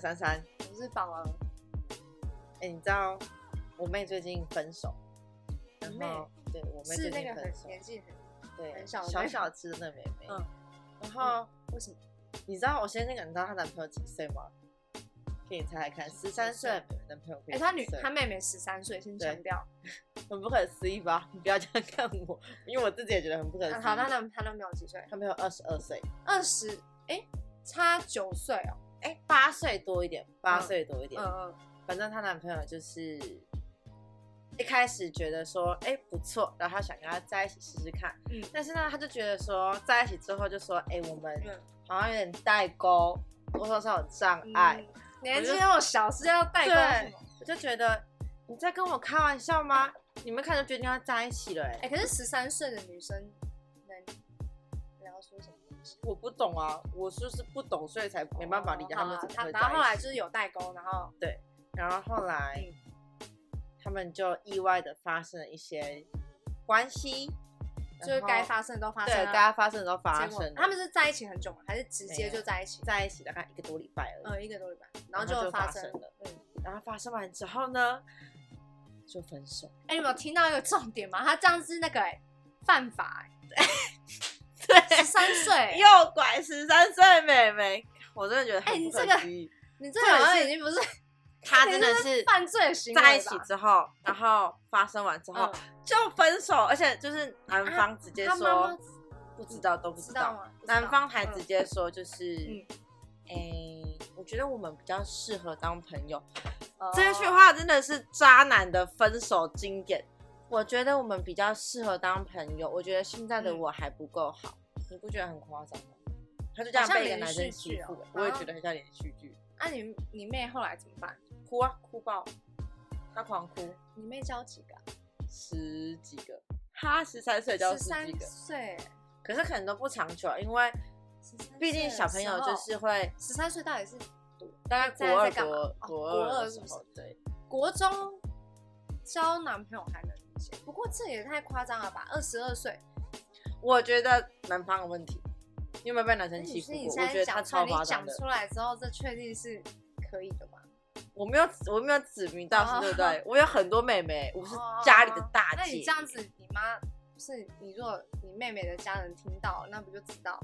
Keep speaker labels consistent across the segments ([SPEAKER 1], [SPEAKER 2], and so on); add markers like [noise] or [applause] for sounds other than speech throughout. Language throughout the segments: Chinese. [SPEAKER 1] 珊珊。
[SPEAKER 2] 我是宝儿，
[SPEAKER 1] 哎、你知道我妹最近分手，然
[SPEAKER 2] 你妹
[SPEAKER 1] 后对我妹最
[SPEAKER 2] 是那
[SPEAKER 1] 近
[SPEAKER 2] 个很
[SPEAKER 1] 分手，
[SPEAKER 2] 年纪很
[SPEAKER 1] 对
[SPEAKER 2] 很小的
[SPEAKER 1] 小
[SPEAKER 2] 妹
[SPEAKER 1] 小只的那妹妹。
[SPEAKER 2] 嗯
[SPEAKER 1] 然后
[SPEAKER 2] 为什么？
[SPEAKER 1] 你知道我先生感知到她男朋友几岁吗？可以猜猜看，十三岁的男朋友可以
[SPEAKER 2] 哎、
[SPEAKER 1] 几岁。
[SPEAKER 2] 她女她妹妹十三岁，先强调。
[SPEAKER 1] 很不可思议吧？你不要这样看我，因为我自己也觉得很不可思
[SPEAKER 2] 啊
[SPEAKER 1] 议。
[SPEAKER 2] 好，她男她男朋友几岁？
[SPEAKER 1] 她没有二十二岁，
[SPEAKER 2] 二十，哎，差九岁哦。
[SPEAKER 1] 哎、八岁多一点，八
[SPEAKER 2] 嗯
[SPEAKER 1] 岁多一点。
[SPEAKER 2] 嗯嗯，
[SPEAKER 1] 反正她男朋友就是一开始觉得说，哎、不错，然后她想跟她在一起试试看。
[SPEAKER 2] 嗯
[SPEAKER 1] 但是呢，她就觉得说，在一起之后就说，哎、我们
[SPEAKER 2] 嗯
[SPEAKER 1] 好像有点代沟，多多少少有障碍。
[SPEAKER 2] 嗯，年纪那么小是要代沟什么？
[SPEAKER 1] 我就觉得你在跟我开玩笑吗？你们看就决定要在一起了、哎、
[SPEAKER 2] 哎、可是十三岁的女生能聊出什么东西？
[SPEAKER 1] 我不懂啊，我就是不懂，所以才没办法理解他们
[SPEAKER 2] 哦
[SPEAKER 1] 怎么
[SPEAKER 2] 好啊
[SPEAKER 1] 会
[SPEAKER 2] 她然后后
[SPEAKER 1] 在
[SPEAKER 2] 来
[SPEAKER 1] 一起。嗯
[SPEAKER 2] 就是有代沟，然后
[SPEAKER 1] 然后后来，他们就意外的发生了一些关系，
[SPEAKER 2] 就是
[SPEAKER 1] 然后
[SPEAKER 2] 该发生的都发生
[SPEAKER 1] 对，
[SPEAKER 2] 了。
[SPEAKER 1] 该发生的啊都发
[SPEAKER 2] 结
[SPEAKER 1] 生
[SPEAKER 2] 果
[SPEAKER 1] 了。
[SPEAKER 2] 他们是在一起很久吗？还是直接
[SPEAKER 1] 没有
[SPEAKER 2] 就在一起？
[SPEAKER 1] 在一起大概一个多礼拜而已，
[SPEAKER 2] 嗯，一个多礼拜，然后
[SPEAKER 1] 然后
[SPEAKER 2] 就
[SPEAKER 1] 就
[SPEAKER 2] 发
[SPEAKER 1] 发
[SPEAKER 2] 生
[SPEAKER 1] 生
[SPEAKER 2] 了。嗯，
[SPEAKER 1] 然后发生完之后呢，就分手。
[SPEAKER 2] 哎、你有没有听到一个重点吗？他这样是那个、哎犯法、
[SPEAKER 1] 对
[SPEAKER 2] 哎，十三岁，
[SPEAKER 1] 诱拐十三岁妹妹，我真的觉得
[SPEAKER 2] 哎
[SPEAKER 1] 很
[SPEAKER 2] 你
[SPEAKER 1] 不
[SPEAKER 2] 这
[SPEAKER 1] 可
[SPEAKER 2] 个
[SPEAKER 1] 思议。
[SPEAKER 2] 你这好像已经不是
[SPEAKER 1] 他真的是
[SPEAKER 2] 犯罪的行为吧
[SPEAKER 1] 在一起之后，然后发生完之后
[SPEAKER 2] 嗯
[SPEAKER 1] 就分手，而且就是男方直接
[SPEAKER 2] 他妈妈
[SPEAKER 1] 说不知道都不
[SPEAKER 2] 知
[SPEAKER 1] 知
[SPEAKER 2] 道
[SPEAKER 1] 道，
[SPEAKER 2] 吗？不知道
[SPEAKER 1] 男方还
[SPEAKER 2] 嗯
[SPEAKER 1] 直接说就是
[SPEAKER 2] 嗯，
[SPEAKER 1] 哎，我觉得我们比较适合当朋友。
[SPEAKER 2] 哦
[SPEAKER 1] 这句话真的是渣男的分手经典。我觉得我们比较适合当朋友。我觉得现在的
[SPEAKER 2] 嗯
[SPEAKER 1] 我还不够好，你不觉得很夸张吗？他就这样被一个男生欺负、
[SPEAKER 2] 好像连续剧哦
[SPEAKER 1] 我也觉得很像连续剧，
[SPEAKER 2] 啊你你妹后来怎么办？
[SPEAKER 1] 哭啊哭爆，他狂哭
[SPEAKER 2] 你妹交几个啊？
[SPEAKER 1] 十几个，他十三岁交
[SPEAKER 2] 十
[SPEAKER 1] 十
[SPEAKER 2] 三
[SPEAKER 1] 几个，
[SPEAKER 2] 岁，
[SPEAKER 1] 可是可能都不长久，啊因为毕竟小朋友就是会
[SPEAKER 2] 十三岁，到底是
[SPEAKER 1] 大概国
[SPEAKER 2] 现在
[SPEAKER 1] 二
[SPEAKER 2] 在干嘛
[SPEAKER 1] 国
[SPEAKER 2] 哦
[SPEAKER 1] 国
[SPEAKER 2] 国
[SPEAKER 1] 二
[SPEAKER 2] 二
[SPEAKER 1] 的
[SPEAKER 2] 是
[SPEAKER 1] 时
[SPEAKER 2] 不
[SPEAKER 1] 候
[SPEAKER 2] 是，
[SPEAKER 1] 对，
[SPEAKER 2] 国中交男朋友还能理解，不过这也太夸张了吧？二十二岁，
[SPEAKER 1] 我觉得男方有问题。你有没有被男生
[SPEAKER 2] 你
[SPEAKER 1] 欺
[SPEAKER 2] 是
[SPEAKER 1] 负
[SPEAKER 2] 你
[SPEAKER 1] 过？
[SPEAKER 2] 现
[SPEAKER 1] 我觉
[SPEAKER 2] 在
[SPEAKER 1] 得他
[SPEAKER 2] 讲出
[SPEAKER 1] 超
[SPEAKER 2] 来，你
[SPEAKER 1] 夸张
[SPEAKER 2] 讲
[SPEAKER 1] 的。
[SPEAKER 2] 出来之后，这确定是可以的吗？
[SPEAKER 1] 我没有，我没有指名道姓，
[SPEAKER 2] 哦
[SPEAKER 1] 对不对？ [laughs] 我有很多妹妹，我是
[SPEAKER 2] 哦
[SPEAKER 1] 家里的大姐。
[SPEAKER 2] 那你这样，子，你妈是你如果你妹妹的家人听到，那不就知道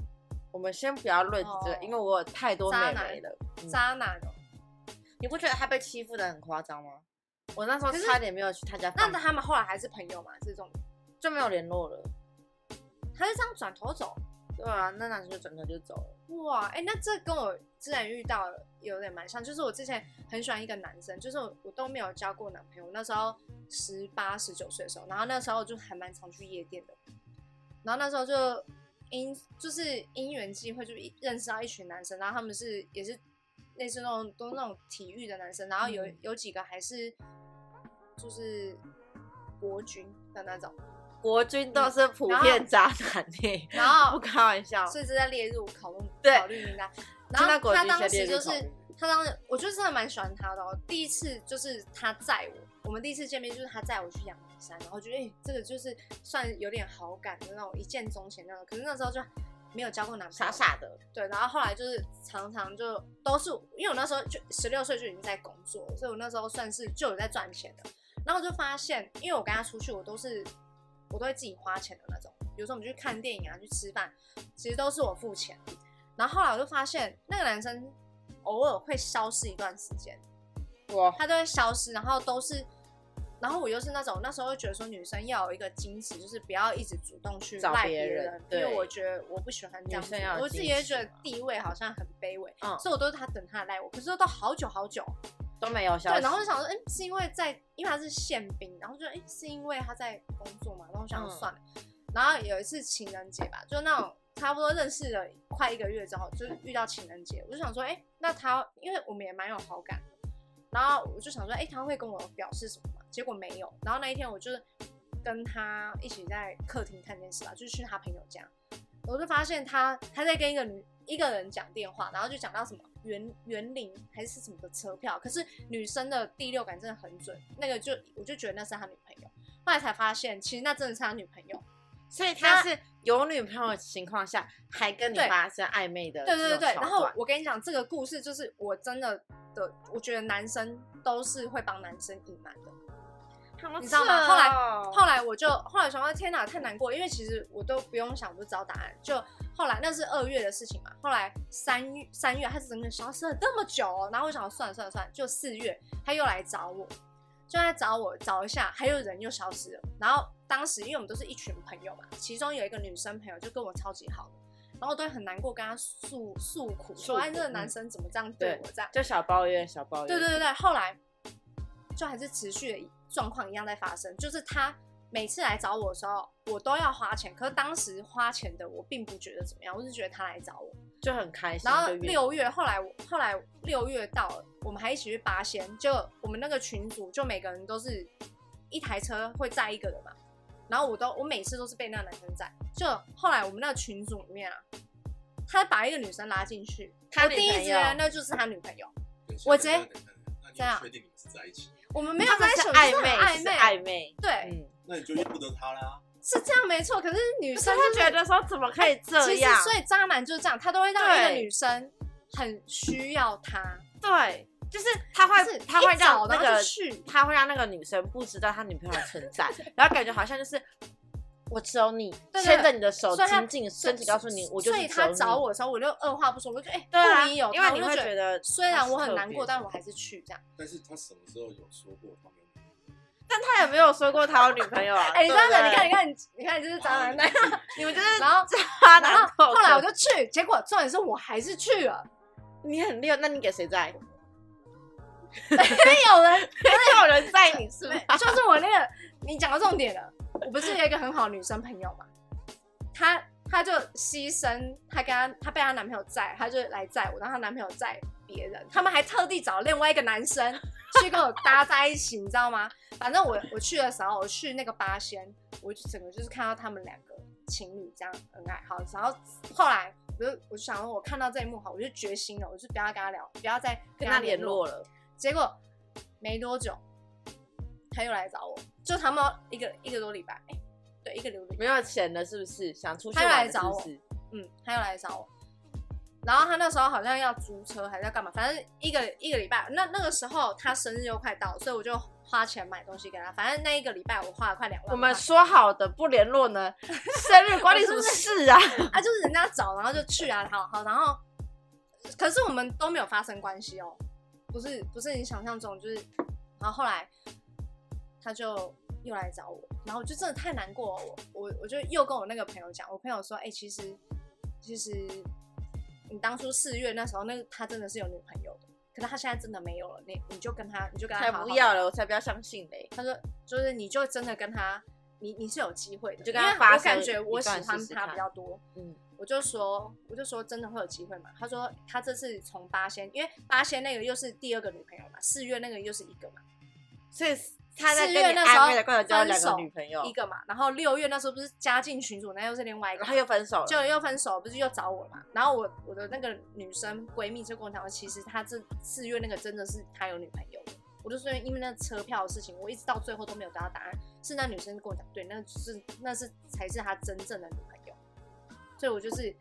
[SPEAKER 1] 我们先不要论及这个，
[SPEAKER 2] 哦
[SPEAKER 1] 因为我有太多妹妹了。嗯
[SPEAKER 2] 渣男哦？
[SPEAKER 1] 你不觉得她被欺负的很夸张吗？我那时候
[SPEAKER 2] 可是
[SPEAKER 1] 差点没有去她家
[SPEAKER 2] 那
[SPEAKER 1] 放，
[SPEAKER 2] 他们后来还是朋友嘛？这种
[SPEAKER 1] 就没有联络了。
[SPEAKER 2] 他就这样转头走，
[SPEAKER 1] 对啊，那男生就转头就走了。
[SPEAKER 2] 哇，哎、那这跟我之前遇到的有点蛮像，就是我之前很喜欢一个男生，就是我我都没有交过男朋友，那时候十八十九岁的时候，然后那时候就还蛮常去夜店的，然后那时候就因就是因缘际会，就一认识到一群男生，然后他们是也是类似那种都那种体育的男生，然后有、
[SPEAKER 1] 嗯
[SPEAKER 2] 有几个还是就是国军的那种，
[SPEAKER 1] 国军都是普遍渣男呢，
[SPEAKER 2] 然后
[SPEAKER 1] [laughs] 不开玩笑。
[SPEAKER 2] 所以这在列入考虑
[SPEAKER 1] 对
[SPEAKER 2] 考虑名单。然
[SPEAKER 1] 现在
[SPEAKER 2] 后
[SPEAKER 1] 国
[SPEAKER 2] 他
[SPEAKER 1] 军
[SPEAKER 2] 当
[SPEAKER 1] 先列
[SPEAKER 2] 时
[SPEAKER 1] 入
[SPEAKER 2] 就是
[SPEAKER 1] 考虑
[SPEAKER 2] 他当时，我就真的蛮喜欢他的、哦。第一次就是他载我，我们第一次见面就是他载我去阳明山，然后觉得哎、诶这个就是算有点好感的那种一见钟情那种。可是那时候就没有交过男朋
[SPEAKER 1] 傻
[SPEAKER 2] 友，
[SPEAKER 1] 傻的，
[SPEAKER 2] 对。然后后来就是常常就都是因为我那时候就十六岁就已经在工作了，所以我那时候算是就有在赚钱的。然后我就发现，因为我跟他出去，我都是我都会自己花钱的那种。比如说我们去看电影啊，去吃饭，其实都是我付钱。然后后来我就发现，那个男生偶尔会消失一段时间，
[SPEAKER 1] 哇，
[SPEAKER 2] 他都会消失，然后都是，然后我又是那种那时候会觉得说女生要有一个矜持，就是不要一直主动去
[SPEAKER 1] 找
[SPEAKER 2] 赖
[SPEAKER 1] 别
[SPEAKER 2] 人，
[SPEAKER 1] 人
[SPEAKER 2] 因为
[SPEAKER 1] 对
[SPEAKER 2] 我觉得我不喜欢这样子
[SPEAKER 1] 女生要，有
[SPEAKER 2] 我自己也
[SPEAKER 1] 矜持
[SPEAKER 2] 觉得
[SPEAKER 1] 嘛
[SPEAKER 2] 地位好像很卑微，
[SPEAKER 1] 嗯
[SPEAKER 2] 所以我都是他等他来我，可是都好久好久，
[SPEAKER 1] 都没有消息。
[SPEAKER 2] 对，然后就想说，嗯，是因为在，因为他是宪兵，然后就哎、诶是因为他在工作嘛，然后我想说
[SPEAKER 1] 嗯
[SPEAKER 2] 算了。然后有一次情人节吧，就那种差不多认识了快一个月之后，就是遇到情人节，我就想说，哎、那他因为我们也蛮有好感的，然后我就想说，哎、他会跟我表示什么嘛？结果没有。然后那一天我就是跟他一起在客厅看电视吧，就是去他朋友家，我就发现他他在跟一个女一个人讲电话，然后就讲到什么园园林还是什么的车票，可是女生的第六感真的很准，那个就我就觉得那是他女朋友，后来才发现其实那真的是他女朋友，
[SPEAKER 1] 所以
[SPEAKER 2] 他
[SPEAKER 1] 他是有女朋友的情况下还跟你
[SPEAKER 2] 对
[SPEAKER 1] 发生暧昧的
[SPEAKER 2] 对对对
[SPEAKER 1] 这种
[SPEAKER 2] 对，
[SPEAKER 1] 桥
[SPEAKER 2] 然后
[SPEAKER 1] 段
[SPEAKER 2] 我跟你讲这个故事，就是我真的的，我觉得男生都是会帮男生隐瞒的。
[SPEAKER 1] 好
[SPEAKER 2] 你知道吗后来
[SPEAKER 1] 扯哦
[SPEAKER 2] 后来我就后来想说，天哪，太难过了，因为其实我都不用想，我就知道答案。就后来那是二月的事情嘛，后来三月三月他是整个消失了这么久、哦，然后我想说算了算了算了，就四月他又来找我，就来找我找一下，还有人又消失了。然后当时因为我们都是一群朋友嘛，其中有一个女生朋友就跟我超级好的，然后我都会很难过跟她诉诉苦，
[SPEAKER 1] 诉
[SPEAKER 2] 说哎，这个
[SPEAKER 1] 苦
[SPEAKER 2] 男
[SPEAKER 1] 嗯
[SPEAKER 2] 生怎么这样对
[SPEAKER 1] 对
[SPEAKER 2] 我这样。
[SPEAKER 1] 就小抱怨小抱怨，
[SPEAKER 2] 对对对对，后来就还是持续的状况一样在发生，就是他每次来找我的时候，我都要花钱，可是当时花钱的我并不觉得怎么样，我是觉得他来找我。
[SPEAKER 1] 就很开心。
[SPEAKER 2] 然后
[SPEAKER 1] 就愿意
[SPEAKER 2] 六月后来我后来六月到了，我们还一起去八仙，就我们那个群组就每个人都是一台车会载一个人嘛，然后我都我每次都是被那个男生载，就后来我们那个群组里面啊，他把一个女生拉进去，
[SPEAKER 1] 他
[SPEAKER 2] 我
[SPEAKER 1] 女
[SPEAKER 2] 第一
[SPEAKER 1] 朋
[SPEAKER 2] 直觉得
[SPEAKER 1] 友
[SPEAKER 2] 那就是他女朋友。我
[SPEAKER 3] 我
[SPEAKER 2] 直
[SPEAKER 3] 直
[SPEAKER 2] 接
[SPEAKER 3] 接
[SPEAKER 2] 这样
[SPEAKER 3] 确定你们是在一起？
[SPEAKER 2] 我们没有
[SPEAKER 1] 他们
[SPEAKER 2] 在
[SPEAKER 1] 是
[SPEAKER 2] 手
[SPEAKER 1] 暧昧
[SPEAKER 2] 暧
[SPEAKER 1] 是
[SPEAKER 2] 昧，嗯
[SPEAKER 1] 暧昧，
[SPEAKER 2] 对，
[SPEAKER 1] 嗯，
[SPEAKER 3] 那你就怨不得他啦。
[SPEAKER 2] 是这样没错。可是女
[SPEAKER 1] 可是
[SPEAKER 2] 生
[SPEAKER 1] 他
[SPEAKER 2] 就是
[SPEAKER 1] 觉得说怎么可以这
[SPEAKER 2] 其实
[SPEAKER 1] 样？
[SPEAKER 2] 所以渣男就是这样，他都会让一个
[SPEAKER 1] 对
[SPEAKER 2] 女生很需要他，
[SPEAKER 1] 对，就是他会
[SPEAKER 2] 就是
[SPEAKER 1] 他会
[SPEAKER 2] 一
[SPEAKER 1] 让
[SPEAKER 2] 找
[SPEAKER 1] 那
[SPEAKER 2] 然后
[SPEAKER 1] 个
[SPEAKER 2] 就去，
[SPEAKER 1] 他会让那个女生不知道他女朋友的存
[SPEAKER 2] [laughs]
[SPEAKER 1] 在，然后感觉好像就是我只有你
[SPEAKER 2] 对对
[SPEAKER 1] 牵着你的手，
[SPEAKER 2] 所以他
[SPEAKER 1] 紧紧身体告诉你，我就是
[SPEAKER 2] 所以
[SPEAKER 1] 只有
[SPEAKER 2] 他
[SPEAKER 1] 你
[SPEAKER 2] 找，我的时候，我就二话不说，我就哎，
[SPEAKER 1] 对啊
[SPEAKER 2] 不疑有他，
[SPEAKER 1] 因为你
[SPEAKER 2] 我就
[SPEAKER 1] 会
[SPEAKER 2] 觉
[SPEAKER 1] 觉得
[SPEAKER 2] 虽然我
[SPEAKER 1] 他是特
[SPEAKER 2] 很难过，
[SPEAKER 1] 别的
[SPEAKER 2] 但我还是去这样。
[SPEAKER 3] 但是他什么时候有说过他没有？
[SPEAKER 1] 但他也没有说过他有女朋友 [laughs] 啊。
[SPEAKER 2] 哎，你
[SPEAKER 1] 对
[SPEAKER 2] 这
[SPEAKER 1] 不
[SPEAKER 2] 样子，你
[SPEAKER 1] 对
[SPEAKER 2] 看，你看，你你看，你就是渣 [laughs] 男。
[SPEAKER 3] 哇你们
[SPEAKER 1] [laughs] 你们就是
[SPEAKER 2] 然后
[SPEAKER 1] 渣
[SPEAKER 2] 然
[SPEAKER 1] 男
[SPEAKER 2] 后后来我
[SPEAKER 1] 就
[SPEAKER 2] 就去，结果重点是我还是去了，
[SPEAKER 1] 你很溜，那你给谁
[SPEAKER 2] [laughs]
[SPEAKER 1] 在？
[SPEAKER 2] 没有人
[SPEAKER 1] 没有人在你 [laughs] 是
[SPEAKER 2] 对，
[SPEAKER 1] 吧？
[SPEAKER 2] 就是我那个你讲到重点了，我不是有一个很好的女生朋友嘛，她她就牺牲，她跟她她被她男朋友载，她就来载我，然后她男朋友载别人，他们还特地找另外一个男生去跟我搭在一起，你 [laughs] 知道吗？反正我我去的时候，我去那个八仙，我就整个就是看到他们两个情侣这样恩爱，好，然后后来。我就我就想说，我看到这一幕好，我就决心了，我就不要跟他聊，不要再
[SPEAKER 1] 跟
[SPEAKER 2] 他
[SPEAKER 1] 他联络了，
[SPEAKER 2] 结果没多久，他又来找我，就他们一个一个多礼拜，哎、对，一个多礼拜，
[SPEAKER 1] 没有钱了是不是？想出去
[SPEAKER 2] 他又来
[SPEAKER 1] 玩了是
[SPEAKER 2] 找
[SPEAKER 1] 不
[SPEAKER 2] 我
[SPEAKER 1] 是？
[SPEAKER 2] 嗯，他又来找我。然后他那时候好像要租车还是要干嘛，反正一个一个礼拜。那那个时候他生日又快到了，所以我就花钱买东西给他。反正那一个礼拜我花了快两万块。
[SPEAKER 1] 我们说好的不联络
[SPEAKER 2] [laughs]
[SPEAKER 1] 呢，生日关你什么事啊？
[SPEAKER 2] 啊，就是人家找，然后就去啊，好好，然后可是我们都没有发生关系哦，不是不是你想象中，就是然后后来他就又来找我，然后我就真的太难过了，我我我就又跟我那个朋友讲，我朋友说，哎、其实其实你当初四月那时候，那他真的是有女朋友的，可是他现在真的没有了，你你就跟他你就跟
[SPEAKER 1] [laughs]
[SPEAKER 2] 他
[SPEAKER 1] 才
[SPEAKER 2] 好好
[SPEAKER 1] 不
[SPEAKER 2] 地
[SPEAKER 1] 要了，我才不要相信嘞！
[SPEAKER 2] 他说就是你就真的跟他，你你是有机会的，
[SPEAKER 1] 就跟
[SPEAKER 2] 因
[SPEAKER 1] 他
[SPEAKER 2] 为
[SPEAKER 1] 发
[SPEAKER 2] 我感
[SPEAKER 1] 生
[SPEAKER 2] 觉
[SPEAKER 1] 一
[SPEAKER 2] 我喜
[SPEAKER 1] 段
[SPEAKER 2] 欢
[SPEAKER 1] 试试
[SPEAKER 2] 他
[SPEAKER 1] 看
[SPEAKER 2] 比较多，
[SPEAKER 1] 嗯
[SPEAKER 2] 嗯。我就说，我就说真的会有机会嘛？他说他这次从八仙，因为八仙那个又是第二个女朋友嘛，四月那个又是一个嘛，
[SPEAKER 1] 所以他在
[SPEAKER 2] 嗯四
[SPEAKER 1] 跟
[SPEAKER 2] 月
[SPEAKER 1] 你
[SPEAKER 2] 那时
[SPEAKER 1] 暧
[SPEAKER 2] 候
[SPEAKER 1] 昧的过程交两
[SPEAKER 2] 分
[SPEAKER 1] 个
[SPEAKER 2] 手
[SPEAKER 1] 女朋友
[SPEAKER 2] 一，个嘛，然后六月那时候不是加进群组，那又是另外一个
[SPEAKER 1] 然
[SPEAKER 2] 嘛，
[SPEAKER 1] 后又分手了，
[SPEAKER 2] 就又分手，不是又找我嘛？然后我我的那个女生闺蜜就跟我讲说，其实她这四月那个真的是她有女朋友的。我就说，因为那车票的事情，我一直到最后都没有得到答案。是那女生跟我讲，对，那就是那是才是她真正的女朋友。所以我就是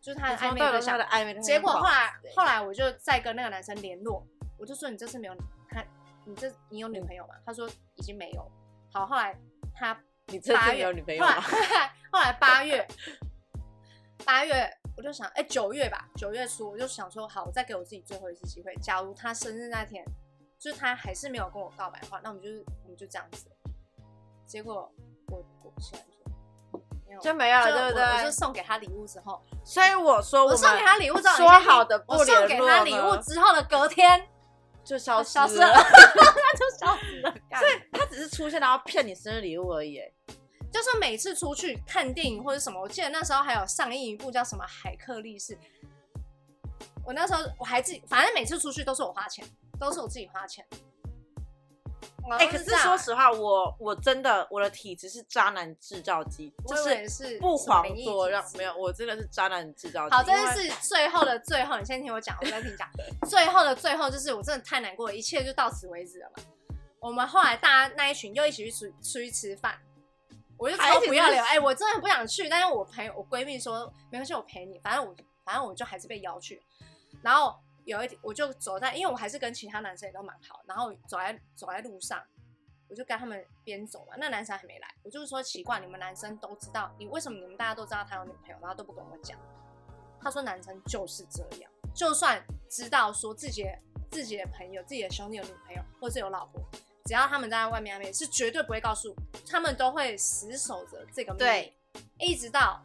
[SPEAKER 2] 就是她的
[SPEAKER 1] 你
[SPEAKER 2] 暧
[SPEAKER 1] 从
[SPEAKER 2] 昧
[SPEAKER 1] 到
[SPEAKER 2] 对
[SPEAKER 1] 有他
[SPEAKER 2] 象
[SPEAKER 1] 的。暧昧，
[SPEAKER 2] 结果后来
[SPEAKER 1] 对
[SPEAKER 2] 后来我就再跟那个男生联络，我就说你这次没有他，你这你有女
[SPEAKER 1] 嗯
[SPEAKER 2] 朋友吗？他说已经没有。好，后来他
[SPEAKER 1] 你真的
[SPEAKER 2] 八
[SPEAKER 1] 没
[SPEAKER 2] 月
[SPEAKER 1] 有女朋友
[SPEAKER 2] 后来
[SPEAKER 1] 吗？
[SPEAKER 2] 后来 [laughs] 后来八月，八月我就想，哎、九月吧，九月初我就想说，好，我再给我自己最后一次机会。假如他生日那天，就是他还是没有跟我告白的话，那我们就是我们就这样子。结果我果不其然
[SPEAKER 1] 就
[SPEAKER 2] 就没有，
[SPEAKER 1] 没有了，
[SPEAKER 2] 就
[SPEAKER 1] 对不
[SPEAKER 2] 我我就
[SPEAKER 1] 对？
[SPEAKER 2] 送给他礼物之后，
[SPEAKER 1] 所以我说
[SPEAKER 2] 我
[SPEAKER 1] 们
[SPEAKER 2] 送给他礼物之后，
[SPEAKER 1] 说
[SPEAKER 2] 你确定
[SPEAKER 1] 好的不
[SPEAKER 2] 我送给
[SPEAKER 1] 联络
[SPEAKER 2] 他礼物
[SPEAKER 1] 呢
[SPEAKER 2] 之后的隔
[SPEAKER 1] [laughs]
[SPEAKER 2] 天
[SPEAKER 1] 就
[SPEAKER 2] 就
[SPEAKER 1] 消
[SPEAKER 2] 消失
[SPEAKER 1] [laughs]
[SPEAKER 2] 了，
[SPEAKER 1] 了，
[SPEAKER 2] 他 [laughs] 就消失了。干
[SPEAKER 1] 他只是出现然后骗你生日礼物而已，哎
[SPEAKER 2] 就是每次出去看电影或者什么，我记得那时候还有上映一部叫什么《海克力士》，我那时候我还自己，反正每次出去都是我花钱，都是我自己花钱。然后
[SPEAKER 1] 哎，可
[SPEAKER 2] 就是这样
[SPEAKER 1] 说实话，我我真的我的体质是渣男制造机，就
[SPEAKER 2] 我以为
[SPEAKER 1] 是
[SPEAKER 2] 是
[SPEAKER 1] 不
[SPEAKER 2] 什么
[SPEAKER 1] 遑
[SPEAKER 2] 灵异
[SPEAKER 1] 多
[SPEAKER 2] 体
[SPEAKER 1] 让
[SPEAKER 2] 质，
[SPEAKER 1] 没有，我真的是渣男制造机。
[SPEAKER 2] 好，这
[SPEAKER 1] 因为
[SPEAKER 2] 是最后的最后，你先听我讲，我
[SPEAKER 1] [laughs]
[SPEAKER 2] 再听你讲。最后的最后，就是我真的太难过了，一切就到此为止了嘛。我们后来大家那一群又一起去出出去吃饭，我就
[SPEAKER 1] 还
[SPEAKER 2] 超
[SPEAKER 1] 挺
[SPEAKER 2] 不要
[SPEAKER 1] 真
[SPEAKER 2] 脸，
[SPEAKER 1] 实
[SPEAKER 2] 哎、我真的很不想去，但是我朋友我闺蜜说没关系，我陪你，反正我反正我就还是被邀去，然后有一天我就走在，因为我还是跟其他男生也都蛮好，然后走在走在路上，我就跟他们边走嘛，那男生还没来，我就是说奇怪，你们男生都知道，你为什么你们大家都知道他有女朋友，然后都不跟我讲？他说男生就是这样，就算知道说自己的自己的朋友、自己的兄弟有女朋友或是有老婆，只要他们在外面暧昧，是绝对不会告诉，他们都会死守着这个秘密
[SPEAKER 1] 对，
[SPEAKER 2] 一直到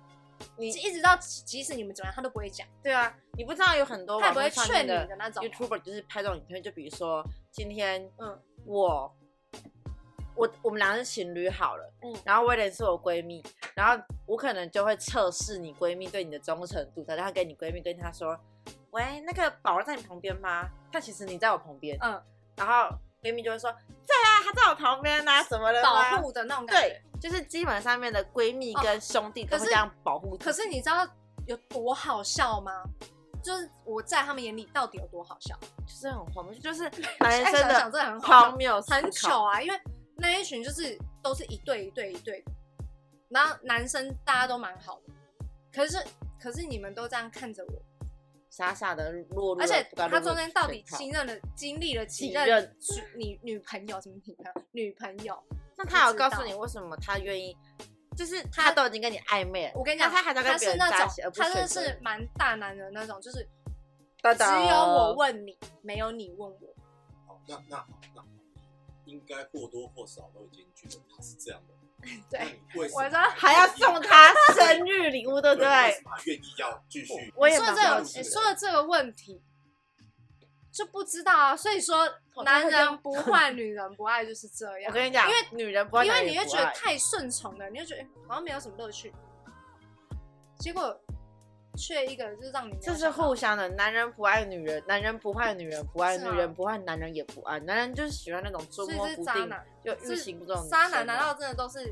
[SPEAKER 1] 你
[SPEAKER 2] 一直到即即使你们怎么样，他都不会讲，
[SPEAKER 1] 对啊，你不知道有很多
[SPEAKER 2] 他
[SPEAKER 1] 网
[SPEAKER 2] 也不
[SPEAKER 1] 络
[SPEAKER 2] 会
[SPEAKER 1] 上
[SPEAKER 2] 劝
[SPEAKER 1] 面
[SPEAKER 2] 你
[SPEAKER 1] 的
[SPEAKER 2] 的那种。
[SPEAKER 1] YouTuber 就是拍这种影片，就比如说今天
[SPEAKER 2] 嗯
[SPEAKER 1] 我我我们俩是情侣好了，
[SPEAKER 2] 嗯
[SPEAKER 1] 然后威廉是我闺蜜，然后我可能就会测试你闺蜜对你的忠诚度，然后跟你闺蜜对她说，喂，那个宝儿在你旁边吗？但其实你在我旁边，
[SPEAKER 2] 嗯，
[SPEAKER 1] 然后闺蜜就会说，在啊，她在我旁边啊，什么的吗
[SPEAKER 2] 保护的那种感
[SPEAKER 1] 对
[SPEAKER 2] 觉。，哦
[SPEAKER 1] 就是基本上面的闺蜜跟兄弟都
[SPEAKER 2] 可
[SPEAKER 1] 会
[SPEAKER 2] 是
[SPEAKER 1] 这样保护自己、
[SPEAKER 2] 可是你知道有多好笑吗？就是我在他们眼里到底有多好笑？
[SPEAKER 1] 就是很荒谬，
[SPEAKER 2] [laughs]
[SPEAKER 1] 就是男
[SPEAKER 2] 现在
[SPEAKER 1] 生
[SPEAKER 2] 想
[SPEAKER 1] 的
[SPEAKER 2] 想真的很好笑
[SPEAKER 1] 荒。谬思考，
[SPEAKER 2] 很糗啊，因为那一群就是都是一对一对一对的，然后男生大家都蛮好的，可是可是你们都这样看着我，
[SPEAKER 1] 傻傻的落入了，
[SPEAKER 2] 而且
[SPEAKER 1] 不该落
[SPEAKER 2] 他中
[SPEAKER 1] 入
[SPEAKER 2] 间
[SPEAKER 1] 的
[SPEAKER 2] 到
[SPEAKER 1] 圈
[SPEAKER 2] 底
[SPEAKER 1] 套
[SPEAKER 2] 经历了经历了几
[SPEAKER 1] 几
[SPEAKER 2] 任
[SPEAKER 1] 任
[SPEAKER 2] 女女女朋友什么女朋友啊女朋友，
[SPEAKER 1] 那
[SPEAKER 2] 不
[SPEAKER 1] 他有
[SPEAKER 2] 知
[SPEAKER 1] 告诉
[SPEAKER 2] 道
[SPEAKER 1] 你为什么他愿意？就是
[SPEAKER 2] 他
[SPEAKER 1] 他都已经跟你暧昧了，
[SPEAKER 2] 我跟你讲，
[SPEAKER 1] 那他还在跟别
[SPEAKER 2] 是
[SPEAKER 1] 人
[SPEAKER 2] 那
[SPEAKER 1] 在一
[SPEAKER 2] 种
[SPEAKER 1] 起，而不
[SPEAKER 2] 他
[SPEAKER 1] 选
[SPEAKER 2] 真的
[SPEAKER 1] 择
[SPEAKER 2] 是
[SPEAKER 1] 你
[SPEAKER 2] 蛮大男人那种，就是
[SPEAKER 1] 哒
[SPEAKER 2] 只
[SPEAKER 1] 哒
[SPEAKER 2] 有我问你，没有你问我，
[SPEAKER 3] 好，那那好，那好，应该或多或少都已经觉得他是这样的人。那
[SPEAKER 1] 嗯
[SPEAKER 2] 对。
[SPEAKER 3] 你为什
[SPEAKER 2] 我
[SPEAKER 3] 么
[SPEAKER 2] 知道
[SPEAKER 1] 还要送他生日礼物，对不
[SPEAKER 3] 为
[SPEAKER 1] 对
[SPEAKER 2] [laughs]
[SPEAKER 3] 什？么还愿意要继续？
[SPEAKER 1] 我也
[SPEAKER 2] 说
[SPEAKER 1] 蛮
[SPEAKER 2] 这
[SPEAKER 1] 好
[SPEAKER 2] 个，
[SPEAKER 1] 奇
[SPEAKER 2] 你
[SPEAKER 1] 的
[SPEAKER 2] 说的这个问题就不知道啊。所以说，
[SPEAKER 1] 我待
[SPEAKER 2] 男
[SPEAKER 1] 会就
[SPEAKER 2] 人不坏，女人不爱就是这样。
[SPEAKER 1] 我跟你讲，
[SPEAKER 2] 因为
[SPEAKER 1] 女人不会
[SPEAKER 2] 因
[SPEAKER 1] 男
[SPEAKER 2] 为
[SPEAKER 1] 人
[SPEAKER 2] 你会
[SPEAKER 1] 不
[SPEAKER 2] 觉得
[SPEAKER 1] 爱
[SPEAKER 2] 太顺从了，你就觉得哎好像没有什么乐趣，结果却一个就是让你没有
[SPEAKER 1] 这是
[SPEAKER 2] 想到
[SPEAKER 1] 互相的，男人不爱女人，男人不坏女人不爱，
[SPEAKER 2] 是
[SPEAKER 1] 女
[SPEAKER 2] 吗
[SPEAKER 1] 人不坏男人也不爱，男人就是喜欢那种捉
[SPEAKER 2] 所以
[SPEAKER 1] 摸
[SPEAKER 2] 这是
[SPEAKER 1] 不
[SPEAKER 2] 渣
[SPEAKER 1] 定
[SPEAKER 2] 男，
[SPEAKER 1] 就欲
[SPEAKER 2] 是
[SPEAKER 1] 擒故纵的女
[SPEAKER 2] 渣
[SPEAKER 1] 生
[SPEAKER 2] 男难
[SPEAKER 1] 啊
[SPEAKER 2] 道真的都是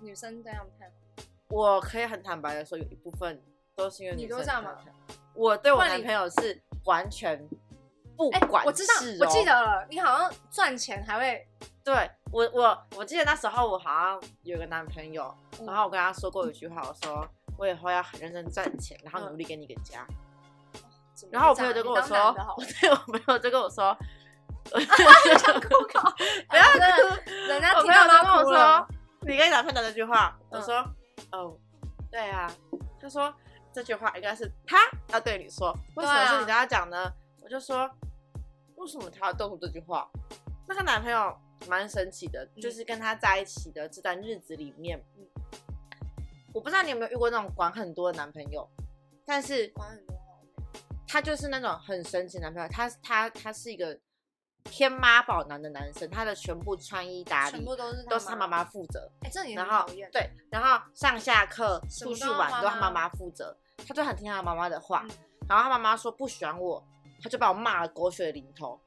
[SPEAKER 2] 女生这样看？
[SPEAKER 1] 我可以很坦白的说，有一部分都是因为
[SPEAKER 2] 你
[SPEAKER 1] 女生
[SPEAKER 2] 都这样
[SPEAKER 1] 的
[SPEAKER 2] 吗
[SPEAKER 1] 状态？我对我
[SPEAKER 2] 换
[SPEAKER 1] 男
[SPEAKER 2] 你
[SPEAKER 1] 朋友是完全不
[SPEAKER 2] 哎、
[SPEAKER 1] 管、事哦
[SPEAKER 2] 我知道，我记得了，你好像赚钱还会
[SPEAKER 1] 对我我我记得那时候我好像有个男朋友，
[SPEAKER 2] 嗯
[SPEAKER 1] 然后我跟他说过一句话，我说我以后要很认真赚钱，然后
[SPEAKER 2] 嗯
[SPEAKER 1] 努力给你个家。 [laughs]
[SPEAKER 2] 怎么
[SPEAKER 1] 然后我
[SPEAKER 2] 这
[SPEAKER 1] 朋友
[SPEAKER 2] 样
[SPEAKER 1] 就跟
[SPEAKER 2] 你
[SPEAKER 1] 我
[SPEAKER 2] 当
[SPEAKER 1] 说，
[SPEAKER 2] 男的好
[SPEAKER 1] 我对我朋友就跟我说，
[SPEAKER 2] 想哭靠，
[SPEAKER 1] 不要
[SPEAKER 2] 哎真的
[SPEAKER 1] 哭。
[SPEAKER 2] 人家
[SPEAKER 1] 我
[SPEAKER 2] 听
[SPEAKER 1] 朋友
[SPEAKER 2] 到
[SPEAKER 1] 都跟
[SPEAKER 2] 都
[SPEAKER 1] 我
[SPEAKER 2] 哭了
[SPEAKER 1] 说。，你跟你男朋友讲这句话，我
[SPEAKER 2] 嗯
[SPEAKER 1] 说，哦，对啊，他说这句话应该是他要对你说，为什么
[SPEAKER 2] 对啊
[SPEAKER 1] 是你跟他讲呢？我就说，为什么他要动出这句话？那个男朋友蛮神奇的，
[SPEAKER 2] 嗯
[SPEAKER 1] 就是跟他在一起的这段日子里面，
[SPEAKER 2] 嗯
[SPEAKER 1] 我不知道你有没有遇过那种管很多的男朋友，但是
[SPEAKER 2] 管很多好
[SPEAKER 1] 他就是那种很神奇的男朋友，他他他是一个天妈宝男的男生，他的全部穿衣打
[SPEAKER 2] 全
[SPEAKER 1] 理
[SPEAKER 2] 部都是
[SPEAKER 1] 都是他妈
[SPEAKER 2] 妈。
[SPEAKER 1] 妈负责，
[SPEAKER 2] 哎、这也
[SPEAKER 1] 然
[SPEAKER 2] 很
[SPEAKER 1] 后
[SPEAKER 2] 讨厌。
[SPEAKER 1] 对，然后上下课、
[SPEAKER 2] 什
[SPEAKER 1] 出
[SPEAKER 2] 么
[SPEAKER 1] 去
[SPEAKER 2] 都要
[SPEAKER 1] 玩
[SPEAKER 2] 妈
[SPEAKER 1] 都他妈
[SPEAKER 2] 妈
[SPEAKER 1] 妈负责，他就很听他妈妈的话
[SPEAKER 2] 嗯，
[SPEAKER 1] 然后他妈妈说不喜欢我，他就把我骂的狗血淋头，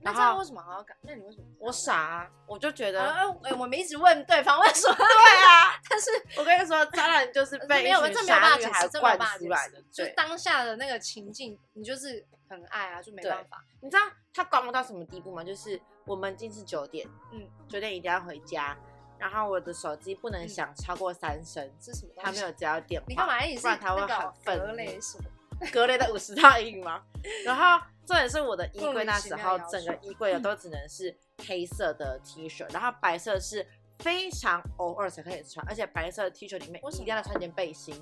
[SPEAKER 2] 那
[SPEAKER 1] 然
[SPEAKER 2] 这样
[SPEAKER 1] 后
[SPEAKER 2] 为什么还要改？那你为什么？
[SPEAKER 1] 我。傻啊，我就觉
[SPEAKER 2] 哎、
[SPEAKER 1] 得。
[SPEAKER 2] 哎我们一直问对方为什么，
[SPEAKER 1] 对啊，[laughs]
[SPEAKER 2] 但是
[SPEAKER 1] 我跟你说，
[SPEAKER 2] [laughs]
[SPEAKER 1] 渣男就是被
[SPEAKER 2] 没
[SPEAKER 1] 一
[SPEAKER 2] 有，
[SPEAKER 1] 群
[SPEAKER 2] 这没有
[SPEAKER 1] 傻
[SPEAKER 2] 办法
[SPEAKER 1] 女
[SPEAKER 2] 解
[SPEAKER 1] 孩
[SPEAKER 2] 释，这没有
[SPEAKER 1] 灌
[SPEAKER 2] 办法
[SPEAKER 1] 输
[SPEAKER 2] 解
[SPEAKER 1] 来
[SPEAKER 2] 释
[SPEAKER 1] 的。。
[SPEAKER 2] 就是
[SPEAKER 1] 对，
[SPEAKER 2] 当下的那个情境，你就是很爱啊，就没
[SPEAKER 1] 对
[SPEAKER 2] 办法。
[SPEAKER 1] 你知道他管我到什么地步吗？就是我们今天是九点，
[SPEAKER 2] 嗯，
[SPEAKER 1] 九点一定要回家，然后我的手机不能
[SPEAKER 2] 嗯
[SPEAKER 1] 响超过三声，
[SPEAKER 2] 这是什么东西？
[SPEAKER 1] 他没有接到电话，
[SPEAKER 2] 你干嘛？你是
[SPEAKER 1] 不然他会
[SPEAKER 2] 那
[SPEAKER 1] 很
[SPEAKER 2] 个
[SPEAKER 1] 愤
[SPEAKER 2] 格
[SPEAKER 1] 怒
[SPEAKER 2] 雷什么？
[SPEAKER 1] 格雷的五十大印
[SPEAKER 2] [laughs]
[SPEAKER 1] 吗？然后重点是我的衣
[SPEAKER 2] 莫
[SPEAKER 1] 柜
[SPEAKER 2] 名
[SPEAKER 1] 那
[SPEAKER 2] 其
[SPEAKER 1] 时
[SPEAKER 2] 妙
[SPEAKER 1] 候
[SPEAKER 2] 的要
[SPEAKER 1] 整
[SPEAKER 2] 求
[SPEAKER 1] 个衣柜的都只能是黑色的 T 恤，然后白色是非常偶尔才可以穿，而且白色的 T 恤里面
[SPEAKER 2] 为什
[SPEAKER 1] 一定要
[SPEAKER 2] 么
[SPEAKER 1] 穿件背心，